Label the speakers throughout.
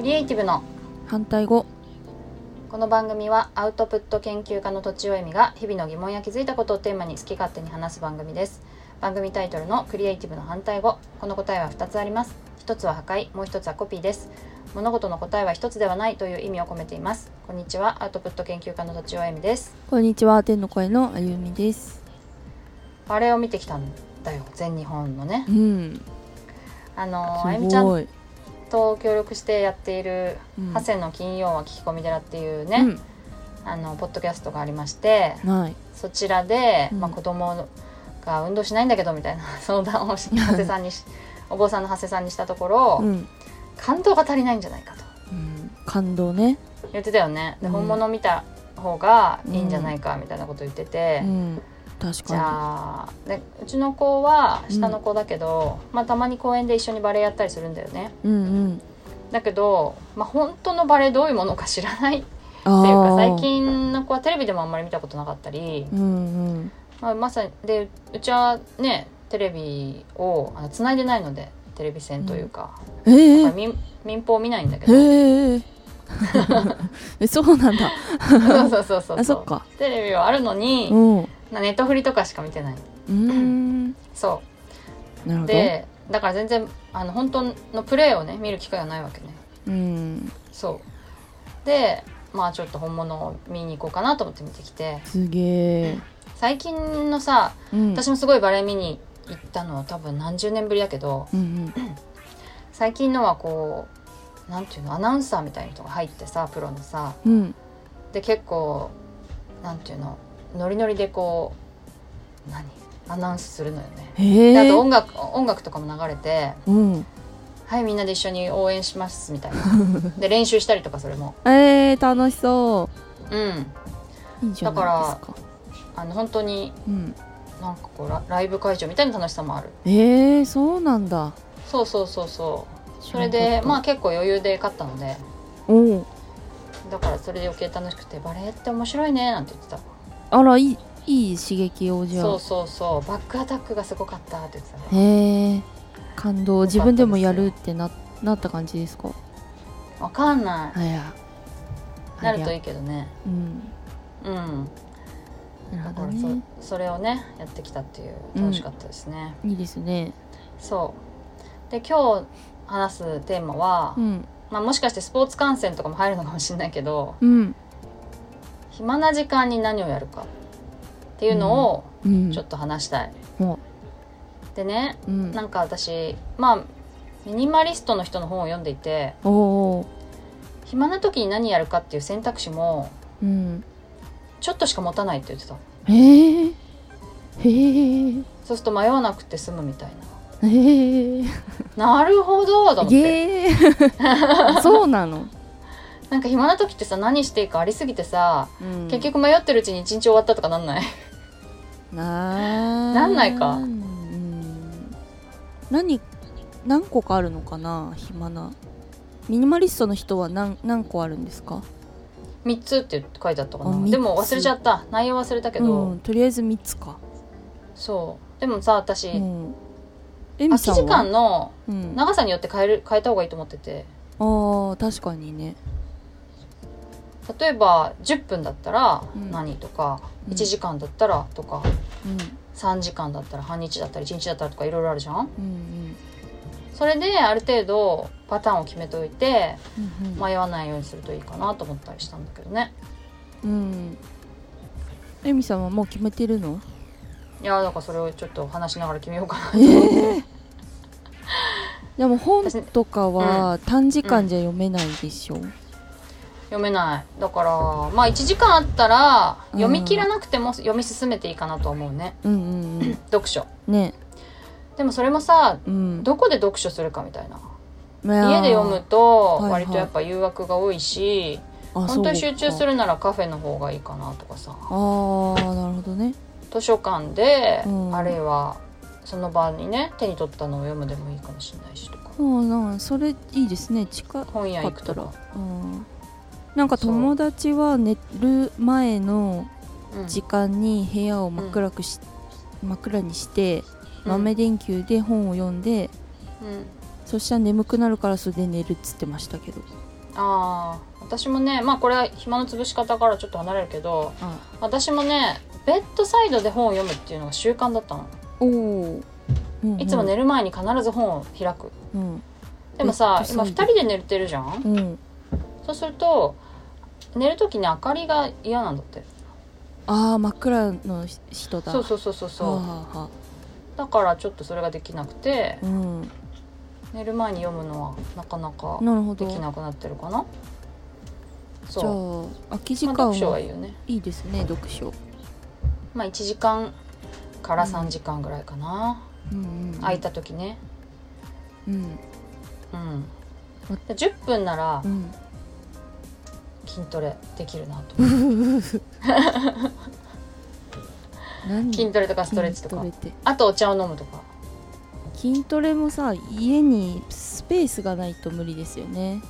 Speaker 1: イティブの
Speaker 2: 反対語
Speaker 1: この番組はアウトプット研究家のとちおえみが日々の疑問や気づいたことをテーマに好き勝手に話す番組です番組タイトルのクリエイティブの反対語この答えは2つあります一つは破壊もう一つはコピーです物事の答えは一つではないという意味を込めていますこんにちはアウトプット研究家のとちおえみです
Speaker 2: こんにちは天の声のあゆみです
Speaker 1: あれを見てきたんだよ全日本のね
Speaker 2: うん
Speaker 1: あのあゆ
Speaker 2: す
Speaker 1: みちゃん
Speaker 2: ごい
Speaker 1: と協力してやっている
Speaker 2: うん
Speaker 1: ハセの金曜は聞き込み寺っていう
Speaker 2: う
Speaker 1: ね、
Speaker 2: ん
Speaker 1: あのポッドキャストがありまして
Speaker 2: ない
Speaker 1: そちらで、
Speaker 2: うん
Speaker 1: まあ、子供が運動しないんだけどみたいな 相談をし長谷さんにしお坊さんの長谷さんにしたところ、
Speaker 2: うん、
Speaker 1: 感動が足りないんじゃないかと
Speaker 2: うん、感動ね
Speaker 1: 言ってたよね。で
Speaker 2: うん
Speaker 1: 本物見た方がいいんじゃないかみたいなこと言ってて、
Speaker 2: うん確
Speaker 1: じ
Speaker 2: か
Speaker 1: ゃあでうちの子は下の子だけど、まあ、たまに公園で一緒にバレエやったりするんだよね。
Speaker 2: にうんうん
Speaker 1: だけど、まあ、本当のバレエどういうものか知らない
Speaker 2: あ
Speaker 1: っていうか
Speaker 2: ー
Speaker 1: 最近の子はテレビでもあんまり見たことなかったり、
Speaker 2: うんうん
Speaker 1: まあ、まさにでうちはねテレビをあの繋いでないのでテレビ線というか、
Speaker 2: え
Speaker 1: まあ
Speaker 2: ー、
Speaker 1: 民民放見ないんだけ
Speaker 2: え
Speaker 1: どそう
Speaker 2: ー、 えそうなんだ
Speaker 1: そうそうそう
Speaker 2: あそっか
Speaker 1: テレビはあるのに、
Speaker 2: うんう
Speaker 1: なネットフリとかしか見てない
Speaker 2: ーん
Speaker 1: そう
Speaker 2: なるほど
Speaker 1: でだから全然あの本当のプレーをね見る機会がないわけね
Speaker 2: うん
Speaker 1: そうでまあちょっと本物を見に行こうかなと思って見てきて
Speaker 2: すげえ、
Speaker 1: 最近のさ
Speaker 2: うん、
Speaker 1: 私もすごいバレエ見に行ったのは多分何十年ぶりだけど
Speaker 2: うん
Speaker 1: 最近のはこうなんていうのアナウンサーみたいな人が入ってさプロのさ
Speaker 2: うんうん
Speaker 1: で結構なんていうのノリノリでこう何アナウンスするのよね。
Speaker 2: へ
Speaker 1: で
Speaker 2: え
Speaker 1: あと音楽音楽とかも流れて
Speaker 2: うん
Speaker 1: 「はいみんなで一緒に応援します」みたい なで練習したりとかそれも
Speaker 2: えー、楽しそ
Speaker 1: うん
Speaker 2: ういいじゃないですか
Speaker 1: あの本当に
Speaker 2: うん、
Speaker 1: なんかこうラライブ会場みたいな楽しさもある
Speaker 2: えー、そうなんだ
Speaker 1: そうそうそうそうそれでまあ結構余裕で勝ったので
Speaker 2: おう
Speaker 1: だからそれで余計楽しくてバレエって面白いねなんて言ってた
Speaker 2: あらいいいい刺激をじゃあ
Speaker 1: そうそうそうバックアタックがすごかったって言ってたね
Speaker 2: へえ感動
Speaker 1: よかったです
Speaker 2: 自
Speaker 1: よ
Speaker 2: 分でもやるってななった感じですか
Speaker 1: わかんない
Speaker 2: あや
Speaker 1: なるとい
Speaker 2: い
Speaker 1: いけどね
Speaker 2: うん
Speaker 1: うん
Speaker 2: な
Speaker 1: だ
Speaker 2: る
Speaker 1: か
Speaker 2: ほど
Speaker 1: らそ,、
Speaker 2: ね
Speaker 1: それをねやってきたっていう楽しかったですね、
Speaker 2: いいですね
Speaker 1: そうで今日話すテーマは、
Speaker 2: うん
Speaker 1: まあ、もしかしてスポーツ観戦とかも入るのかもしれないけど
Speaker 2: うん
Speaker 1: 暇な時間に何をやるかっていうのを
Speaker 2: うん
Speaker 1: ちょっと話したい、
Speaker 2: も
Speaker 1: でね
Speaker 2: ううん
Speaker 1: なんか私まあミニマリストの人の本を読んでいて
Speaker 2: おお
Speaker 1: 暇な時に何やるかっていう選択肢も
Speaker 2: ーうん
Speaker 1: ちょっとしか持たないって言ってた
Speaker 2: へえへえ
Speaker 1: そうすると迷わなくて済むみたい
Speaker 2: へえ
Speaker 1: ななるほどと思って
Speaker 2: ゲー そうなの、
Speaker 1: なんか暇な時ってさ何していいかありすぎてさ、
Speaker 2: うん
Speaker 1: 結局迷ってるうちに一日終わったとかなんない
Speaker 2: なー
Speaker 1: なんないか
Speaker 2: うん何何個かあるのかな暇なミニマリストの人は何何個あるんですか
Speaker 1: 3つって書いてあったか
Speaker 2: あ
Speaker 1: な
Speaker 2: 三つ
Speaker 1: でも忘れちゃった内容忘れたけど、
Speaker 2: うん、とりあえず3つか、
Speaker 1: そうでもさ私、
Speaker 2: うん、
Speaker 1: 空
Speaker 2: エ
Speaker 1: き
Speaker 2: ミさ
Speaker 1: 時
Speaker 2: ん
Speaker 1: 間
Speaker 2: は、
Speaker 1: の
Speaker 2: うん、あ
Speaker 1: 長さによって変える変えた方がいいと思ってて
Speaker 2: ー確かにね、
Speaker 1: 例えば10分だったら
Speaker 2: うん
Speaker 1: 何とか、
Speaker 2: うん
Speaker 1: 1時間だったらとか
Speaker 2: うん
Speaker 1: 3時間だったら半日だったり1日だったらとかいろいろあるじゃん
Speaker 2: うん
Speaker 1: それである程度パターンを決めておいて
Speaker 2: うんうん
Speaker 1: 迷わないようにするといいかなと思ったりしたんだけどね
Speaker 2: うんエミさんはもう決めてるの
Speaker 1: いやだからそれをちょっと話しながら決めようかな
Speaker 2: ええでも本とかは短時間じゃ読めないでしょ、
Speaker 1: 読めないだからまあ1時間あったら
Speaker 2: うん
Speaker 1: 読み切らなくても読み進めていいかなと思うね
Speaker 2: うん、うんうん
Speaker 1: 読書
Speaker 2: ね
Speaker 1: でもそれもさ
Speaker 2: うん
Speaker 1: どこで読書するかみたいな
Speaker 2: まあ
Speaker 1: 家で読むと
Speaker 2: はいはい
Speaker 1: 割とやっぱ誘惑が多いし、
Speaker 2: あ
Speaker 1: 本当に集中す
Speaker 2: る
Speaker 1: るならカフェの方がいいかなとかさ
Speaker 2: あーなるほどね
Speaker 1: 図書館で、
Speaker 2: うん
Speaker 1: あるいはその場にね手に取ったのを読むでもいいかもしれないしとか
Speaker 2: うんなんそれいいですね近か
Speaker 1: 本屋行
Speaker 2: っ
Speaker 1: くと
Speaker 2: たら
Speaker 1: か、
Speaker 2: うん、なんか友達は寝る前の
Speaker 1: うん
Speaker 2: 時間に部屋を真っ暗くし、真っ暗にして
Speaker 1: うん
Speaker 2: 豆電球で本を読んで、
Speaker 1: うん
Speaker 2: そしたら眠くなるからそれで寝るっつってましたけど
Speaker 1: ああ私もねまあこれは暇の潰し方からちょっと離れるけど
Speaker 2: あ
Speaker 1: 私もねベッドサイドで本を読むっていうのが習慣だったの
Speaker 2: おお、うんうん
Speaker 1: いつも寝る前に必ず本を開く
Speaker 2: うん
Speaker 1: でもさ
Speaker 2: ベッド
Speaker 1: 今
Speaker 2: サ
Speaker 1: 2
Speaker 2: イ
Speaker 1: 人
Speaker 2: ド
Speaker 1: で寝てるじゃん
Speaker 2: うん
Speaker 1: そうすると寝る時に明かりが嫌なんだって
Speaker 2: ああ真っ暗のひ人だ
Speaker 1: そうそうそうそう
Speaker 2: はあ
Speaker 1: そう
Speaker 2: はあは
Speaker 1: だからちょっとそれができなくて
Speaker 2: あうん
Speaker 1: 寝る前に読むのはなかなか
Speaker 2: なるほ
Speaker 1: で
Speaker 2: ど
Speaker 1: きなくなってるかな
Speaker 2: じ
Speaker 1: そ
Speaker 2: ゃ
Speaker 1: う
Speaker 2: あ空き時
Speaker 1: まあ
Speaker 2: 間
Speaker 1: 読書は
Speaker 2: はい
Speaker 1: いよね
Speaker 2: いですね読書
Speaker 1: まあ1時間から
Speaker 2: う
Speaker 1: 3
Speaker 2: ん
Speaker 1: 時間ぐらいかな、
Speaker 2: うんうん
Speaker 1: 空いた時ね
Speaker 2: うん
Speaker 1: うん
Speaker 2: ま
Speaker 1: で10分なら
Speaker 2: うん
Speaker 1: 筋トレできるな と、
Speaker 2: 何
Speaker 1: 筋トレとかストレッチと
Speaker 2: 筋
Speaker 1: か
Speaker 2: トレって
Speaker 1: あとお茶を飲むとか
Speaker 2: 筋トレもさ家にスペースがないと無理ですよね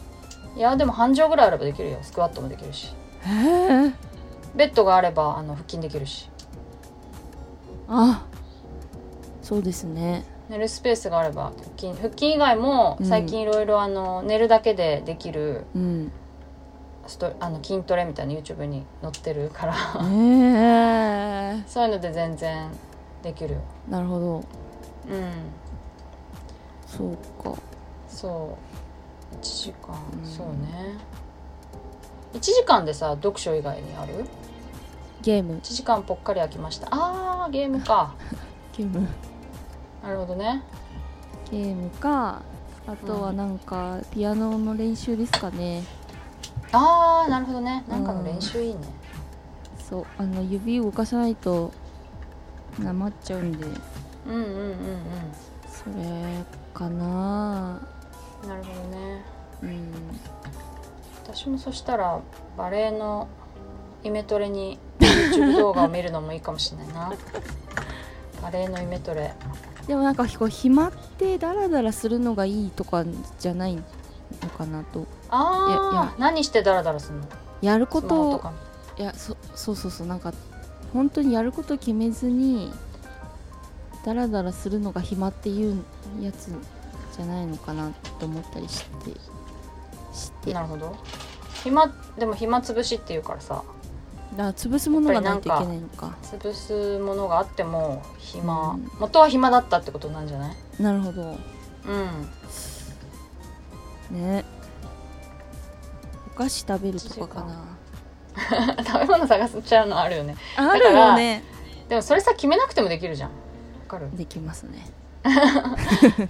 Speaker 1: いやでも半畳ぐらいあればできるよスクワットもできるし
Speaker 2: へえ
Speaker 1: ベッドがあればあの腹筋できるし
Speaker 2: あそうですね
Speaker 1: 寝るスペースがあれば腹筋腹筋以外も
Speaker 2: うん
Speaker 1: 最近いろいろあの寝るだけでできる
Speaker 2: うん
Speaker 1: ストあの筋トレみたいな YouTube に載ってるから
Speaker 2: ええ
Speaker 1: そういうので全然できるよ
Speaker 2: なるほど
Speaker 1: うん
Speaker 2: そうか
Speaker 1: そう1時間、
Speaker 2: うん
Speaker 1: そうね1時間でさ読書以外にある
Speaker 2: ゲーム
Speaker 1: ?1 時間ぽっかり空きましたあーゲームか
Speaker 2: ゲーム
Speaker 1: なるほどね
Speaker 2: ゲームかあとはなんかピアノの練習ですかね
Speaker 1: あーなるほどねなんかの練習いいね、
Speaker 2: そうあの指動かさないとなまっちゃうんで
Speaker 1: うん、うんうんうん
Speaker 2: それかな
Speaker 1: うんなるほどね
Speaker 2: うん
Speaker 1: 私もそしたらバレエのイメトレに YouTube 動画を見るのもいいかもしれない なバレエのイメトレ
Speaker 2: でもなんかこう暇ってダラダラするのがいいとかじゃないのかなといやい
Speaker 1: あ
Speaker 2: や
Speaker 1: あ何してダラダラするの
Speaker 2: やる
Speaker 1: ス
Speaker 2: こ
Speaker 1: マホ
Speaker 2: と
Speaker 1: と
Speaker 2: を
Speaker 1: か
Speaker 2: いやそそうそうそうなんか本当にやること決めずにダラダラするのが暇っていうやつじゃないのかなと思ったりしてして
Speaker 1: なるほど暇でも暇つぶしっていうからさ
Speaker 2: あ潰すものがないといけないのか
Speaker 1: 潰すものがあっても暇、
Speaker 2: うん
Speaker 1: 元は暇だったってことなんじゃない
Speaker 2: なるほど
Speaker 1: うん
Speaker 2: ねお菓子食べるとかかな
Speaker 1: 食べ物探すちゃうのあるよね
Speaker 2: あ
Speaker 1: だから
Speaker 2: るよね
Speaker 1: でもそれさ決めなくてもできるじゃんわかる
Speaker 2: できますね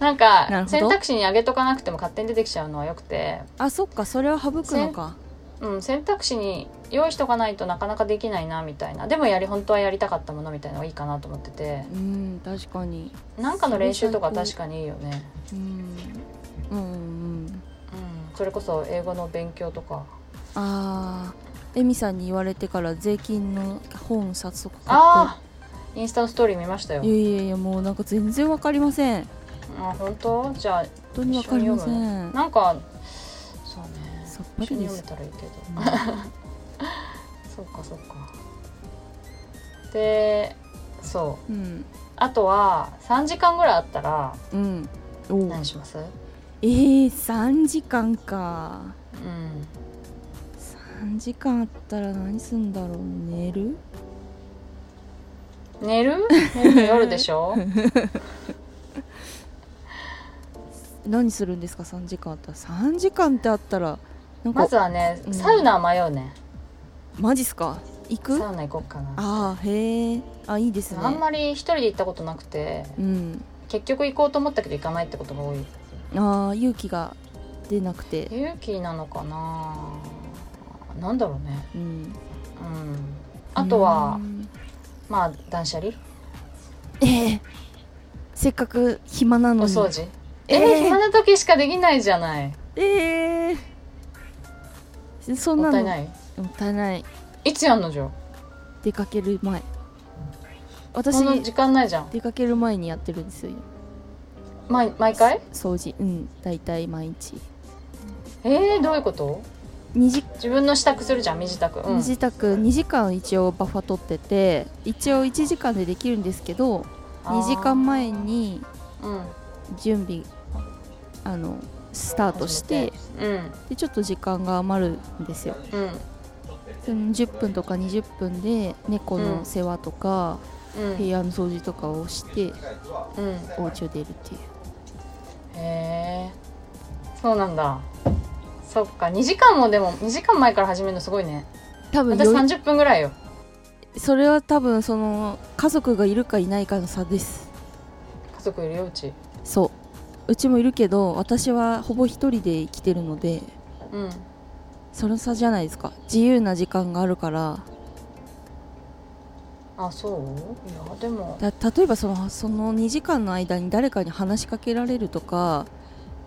Speaker 1: なんか
Speaker 2: なるほど
Speaker 1: 選択肢にあげとかなくても勝手に出てきちゃうのはよくて
Speaker 2: あそっかそれは省くのか
Speaker 1: うん選択肢に用意しとかないとなかなかできないなみたいなでもやり本当はやりたかったものみたいなのがいいかなと思ってて
Speaker 2: うん確かに
Speaker 1: なんかの練習とか
Speaker 2: それ最
Speaker 1: 確かにいいよね
Speaker 2: うんうんうんうん
Speaker 1: うんそれこそ英語の勉強とか
Speaker 2: あーエミさんに言われてから税金の本早速買っ
Speaker 1: ああインスタのストーリー見ましたよ
Speaker 2: ていやいやいやもうなんか全然わかりません本
Speaker 1: あ本当じゃあ
Speaker 2: 当にわかりませ
Speaker 1: 一緒に
Speaker 2: ん
Speaker 1: なんかそうね
Speaker 2: さっぱ
Speaker 1: 一緒
Speaker 2: り
Speaker 1: に読
Speaker 2: で
Speaker 1: め
Speaker 2: す
Speaker 1: たらいいけど
Speaker 2: うん
Speaker 1: そうかそうかでそう
Speaker 2: うん、
Speaker 1: あとは3時間ぐらいあったら
Speaker 2: うん、おう
Speaker 1: 何します
Speaker 2: えー、3時間か
Speaker 1: うん
Speaker 2: 3時間あったら何すんだろう寝る
Speaker 1: 寝る寝るの夜でし ょ
Speaker 2: 何するんですか3時間あったら3時間ってあったらなんか、
Speaker 1: まずはね
Speaker 2: うん
Speaker 1: サウナ迷うね
Speaker 2: マジっすか行く
Speaker 1: サウナ行こうかな
Speaker 2: ああへえあいいですね
Speaker 1: あんまり一人で行ったことなくて
Speaker 2: うん
Speaker 1: 結局行こうと思ったけど行かないってことが多い
Speaker 2: ああ勇気が出なくて
Speaker 1: 勇気なのかななんだろうね
Speaker 2: うん
Speaker 1: うんあとは
Speaker 2: うん
Speaker 1: まあ断捨離
Speaker 2: ええせっかく暇な
Speaker 1: お
Speaker 2: のに
Speaker 1: 掃除え
Speaker 2: え
Speaker 1: ー、
Speaker 2: え
Speaker 1: 暇な時しかできないじゃない
Speaker 2: ええそん
Speaker 1: も
Speaker 2: な
Speaker 1: っ
Speaker 2: の
Speaker 1: たいない
Speaker 2: もったいない
Speaker 1: いつやんのじゃあ
Speaker 2: 出かける前私
Speaker 1: そんな時間ないじゃん
Speaker 2: 出かける前にやってるんですよ
Speaker 1: 毎毎回
Speaker 2: 掃除うん大体毎日
Speaker 1: えー、どういうこと
Speaker 2: 2時
Speaker 1: 自分の支度するじゃん身支度、うん、
Speaker 2: 身支度2時間一応バッファ取ってて一応1時間でできるんですけど
Speaker 1: あー
Speaker 2: 2時間前に
Speaker 1: うん
Speaker 2: 準備あのスタートして
Speaker 1: うん
Speaker 2: でちょっと時間が余るんですよ
Speaker 1: うん
Speaker 2: その10分とか20分で猫の世話とか、
Speaker 1: うん
Speaker 2: 部屋の掃除とかをして
Speaker 1: うん
Speaker 2: お家を出るっていう
Speaker 1: へえそうなんだそっか2時間もでも2時間前から始めるのすごいね
Speaker 2: 多分
Speaker 1: 私
Speaker 2: よ
Speaker 1: 30分ぐらいよ
Speaker 2: それは多分その家族がいるかいないかの差です
Speaker 1: 家族いるようち
Speaker 2: そううちもいるけど私はほぼ一人で生きてるので
Speaker 1: うん
Speaker 2: その差じゃないですか自由な時間があるから
Speaker 1: あそういやでも
Speaker 2: だ例えばそのその2時間の間に誰かに話しかけられるとか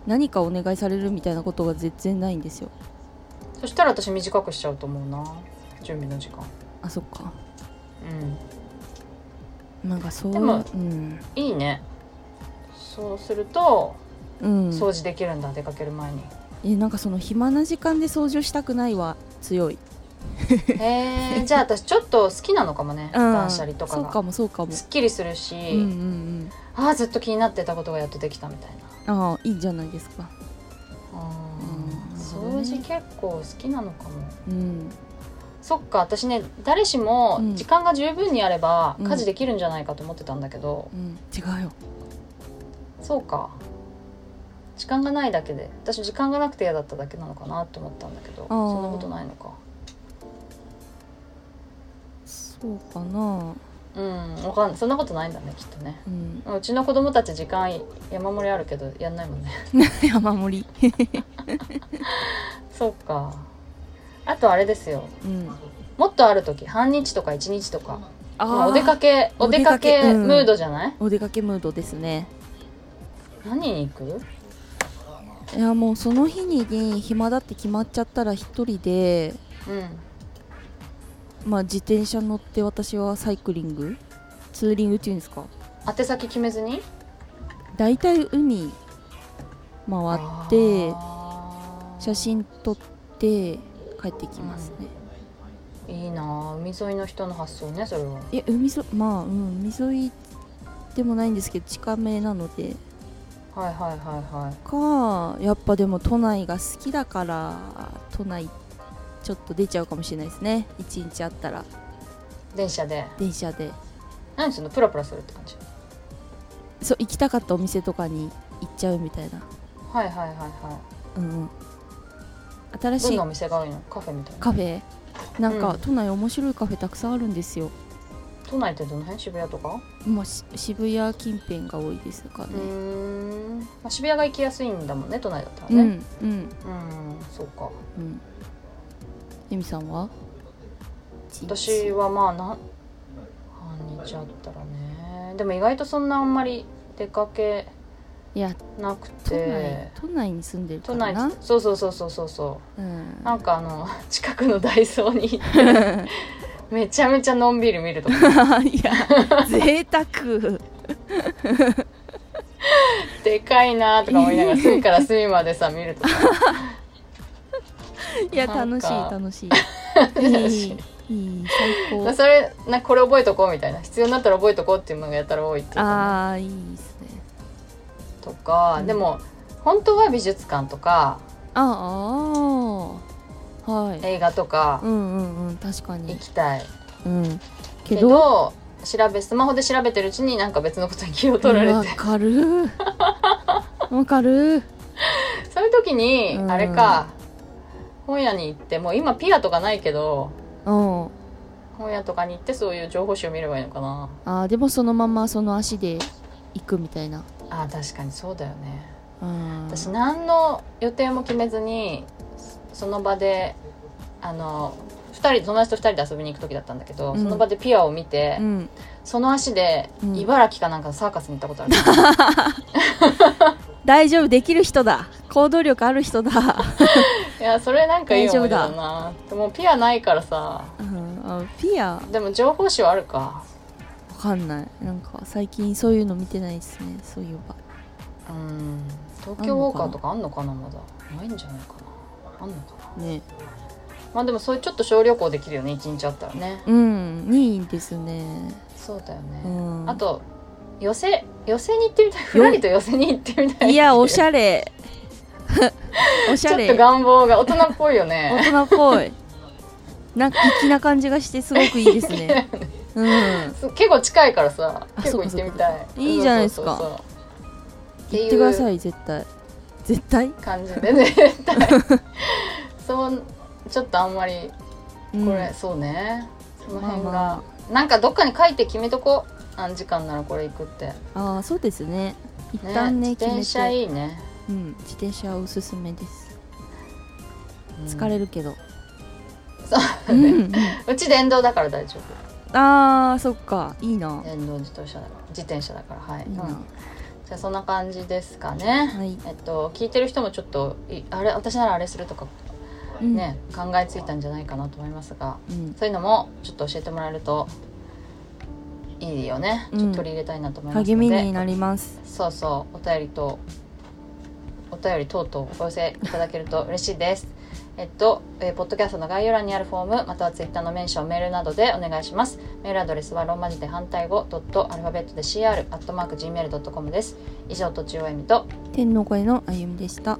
Speaker 2: 何かお願いされるみたいなことが全然ないんですよ
Speaker 1: そしたら私短くしちゃうと思うな準備の時間
Speaker 2: あそっか
Speaker 1: うん
Speaker 2: なんかそう
Speaker 1: でも
Speaker 2: うん、
Speaker 1: いいねそうすると
Speaker 2: うん、
Speaker 1: 掃除できるんだ、出かける前 に
Speaker 2: えなんかその暇な時間で掃除をしたくないは強い、
Speaker 1: へえじゃあ私ちょっと好きなのかもね、
Speaker 2: うん、
Speaker 1: 断捨離とか
Speaker 2: そう
Speaker 1: が
Speaker 2: かもそうかも
Speaker 1: すっきりする
Speaker 2: うんうんう
Speaker 1: し、
Speaker 2: ん
Speaker 1: ああずっと気になってたことがやっとできたみたいな
Speaker 2: ああいいんじゃないですか
Speaker 1: うん
Speaker 2: うん
Speaker 1: 掃除結構好きなのかも
Speaker 2: うん
Speaker 1: そっか私ね誰しも
Speaker 2: うん
Speaker 1: 時間が十分にあれば
Speaker 2: うん
Speaker 1: 家事できるんじゃないかと思ってたんだけど、
Speaker 2: うん違うよ
Speaker 1: そうか時間がないだけで私時間がなくて嫌だっただけなのかなと思ったんだけど
Speaker 2: ー
Speaker 1: そんなことないのか
Speaker 2: そうかな
Speaker 1: うんわかんないそんなことないんだねきっとね
Speaker 2: うん
Speaker 1: うちの子供たち時間山盛りあるけどやんないもんね
Speaker 2: 山盛り
Speaker 1: そうかあとあれですよ
Speaker 2: うん
Speaker 1: もっとある時半日とか一日とか
Speaker 2: あ
Speaker 1: まあお出か
Speaker 2: け
Speaker 1: けお
Speaker 2: お
Speaker 1: 出
Speaker 2: 出
Speaker 1: か
Speaker 2: かけ
Speaker 1: け
Speaker 2: うん
Speaker 1: ムードじゃない、
Speaker 2: お出かけムードですね
Speaker 1: 何に行く
Speaker 2: いやもうその日に暇だって決まっちゃったら一人で、
Speaker 1: うん
Speaker 2: まあ、自転車乗って私はサイクリングツーリングっていうんですか
Speaker 1: 宛先決めずに
Speaker 2: 大体海回って
Speaker 1: あー
Speaker 2: 写真撮って帰ってきますね、
Speaker 1: いいなあ海沿いの人の発想ねそれはい
Speaker 2: や海沿いまあ、うん、海沿いでもないんですけど近めなので
Speaker 1: はいはいはいはい
Speaker 2: かやっぱでも都内が好きだから都内ちょっと出ちゃうかもしれないですね一日あったら
Speaker 1: 電車で
Speaker 2: 電車で
Speaker 1: 何そのプラプラするって感じ
Speaker 2: そう行きたかったお店とかに行っちゃうみたいな、
Speaker 1: はいはいはいは
Speaker 2: うんうん、新
Speaker 1: いど
Speaker 2: し
Speaker 1: ん
Speaker 2: い
Speaker 1: なお店が多いのカフェみたいな
Speaker 2: カフェなんか、
Speaker 1: うん
Speaker 2: 都内面白いカフェたくさんあるんですよ、
Speaker 1: 都内ってどの辺渋谷とか
Speaker 2: まあ、し渋谷近辺が多いですか
Speaker 1: う
Speaker 2: ね
Speaker 1: ーん、まあ、渋谷が行きやすいんだもんね都内だったら
Speaker 2: うんう
Speaker 1: ね
Speaker 2: んう
Speaker 1: う
Speaker 2: ん
Speaker 1: んそうか
Speaker 2: ゆみさんは一日
Speaker 1: 私はまあな半日あったらねでも意外とそんなあんまり出かけ
Speaker 2: いや
Speaker 1: なく
Speaker 2: 都内
Speaker 1: て
Speaker 2: 都内に住んでるか
Speaker 1: 都
Speaker 2: ら
Speaker 1: 内
Speaker 2: な
Speaker 1: そうそうそうそうそうそう
Speaker 2: うん
Speaker 1: なんかあの近くのダイソーに 行ってめちゃめちゃのんびり見るとか
Speaker 2: いや贅沢
Speaker 1: でかいなとか思いながら隅から隅までさ見るとか
Speaker 2: いや
Speaker 1: なん
Speaker 2: 楽しい
Speaker 1: か
Speaker 2: 楽しい
Speaker 1: 楽
Speaker 2: い
Speaker 1: しい
Speaker 2: いいい最 高
Speaker 1: それなこれ覚えとこうみたいな必要になったら覚えとこうっていうものがやったら多いっていうかね
Speaker 2: ああいいですね
Speaker 1: とか、
Speaker 2: うん
Speaker 1: でも本当は美術館とか
Speaker 2: ああはい
Speaker 1: 映画とか
Speaker 2: うんうんうん確か
Speaker 1: 行
Speaker 2: に
Speaker 1: きたい、
Speaker 2: うん
Speaker 1: け
Speaker 2: け
Speaker 1: ど
Speaker 2: ど
Speaker 1: 調べスマホで調べてるうちになんか別のことに気を取られ
Speaker 2: わ
Speaker 1: て
Speaker 2: かる わかる
Speaker 1: そういう時に
Speaker 2: うん
Speaker 1: あれか、本屋に行ってもう今ピアとかないけど
Speaker 2: うん
Speaker 1: 本屋とかに行ってそういう情報誌を見ればいいのかな
Speaker 2: あーでもそのままその足で行くみたいな
Speaker 1: あー確かにそうだよね
Speaker 2: うん
Speaker 1: 私何の予定も決めずにその場であの2人友達と2人で遊びに行く時だったんだけど、
Speaker 2: うん
Speaker 1: その場でピアを見て、
Speaker 2: うん
Speaker 1: その足で
Speaker 2: うん
Speaker 1: 茨城かなんかのサーカスに行った ことある、
Speaker 2: 大丈夫できる人だ行動力ある人だ、
Speaker 1: いやそれなんかいい思い出だ
Speaker 2: 大
Speaker 1: なでもピアないからさ
Speaker 2: うん、あピアわ
Speaker 1: でも情報誌はあるか
Speaker 2: かんないなんか最近そういうの見てないですねそういえば
Speaker 1: うん東京ウォーカーとかあんのかなまだないんじゃないかなあんのかな
Speaker 2: ね
Speaker 1: まあでもそういうちょっと小旅行できるよね一日あったらね
Speaker 2: うんいいですね
Speaker 1: そうだよね、
Speaker 2: うん
Speaker 1: あと寄せ寄せに行ってみたいふらりと寄せに行ってみたい
Speaker 2: いやおしゃれ おし
Speaker 1: ちょ
Speaker 2: ゃ
Speaker 1: っ
Speaker 2: れ
Speaker 1: と願望が大人っぽいよ
Speaker 2: 大
Speaker 1: ね
Speaker 2: 人っぽいなんか粋な感じがしてすごくいいです ねうん
Speaker 1: す結構近いからさ
Speaker 2: あ
Speaker 1: 結構行ってみたい
Speaker 2: かいいじゃないです
Speaker 1: そう
Speaker 2: か
Speaker 1: そうそう
Speaker 2: 言ってくださ
Speaker 1: っ
Speaker 2: い絶対絶対
Speaker 1: そう感じでね 絶対そうちょっとあんまり
Speaker 2: こ
Speaker 1: これ、そうねその辺が、
Speaker 2: まあま
Speaker 1: なんかどっかに書いて決めとこう何時間ならこれ行くってね
Speaker 2: ああそうですね一旦ね
Speaker 1: 自
Speaker 2: 決め
Speaker 1: 転車
Speaker 2: て、
Speaker 1: いいね
Speaker 2: うん、自転車おすすめです疲れ
Speaker 1: る、
Speaker 2: るけど、
Speaker 1: そううんね
Speaker 2: うん
Speaker 1: うち電動だから大丈
Speaker 2: あーそっかいいな
Speaker 1: 夫電動自動車だから自転車だからはい、
Speaker 2: いいな、
Speaker 1: うんじゃあそんな感じですかね、
Speaker 2: はい、
Speaker 1: えっと聞いてる人もちょっといあれ私ならあれするとか
Speaker 2: うん、
Speaker 1: ね、考えついたんじゃないかなと思いますが
Speaker 2: うん、
Speaker 1: そういうのもちょっと教えてもらえるといいよね、
Speaker 2: うん
Speaker 1: ちょっと取り入れたいなと思います
Speaker 2: 励
Speaker 1: ので
Speaker 2: みになります
Speaker 1: そうそうお便りとお便り等々お寄せいただけると嬉しいです。 えっと、えーポッドキャストの概要欄にあるフォームまたはツイッターのメンションメールなどでお願いしますメールアドレスはローマ字で反対語ドットアルファベットで CR アットマーク Gmail.com です以上とちおえみと
Speaker 2: 天の声のあゆみでした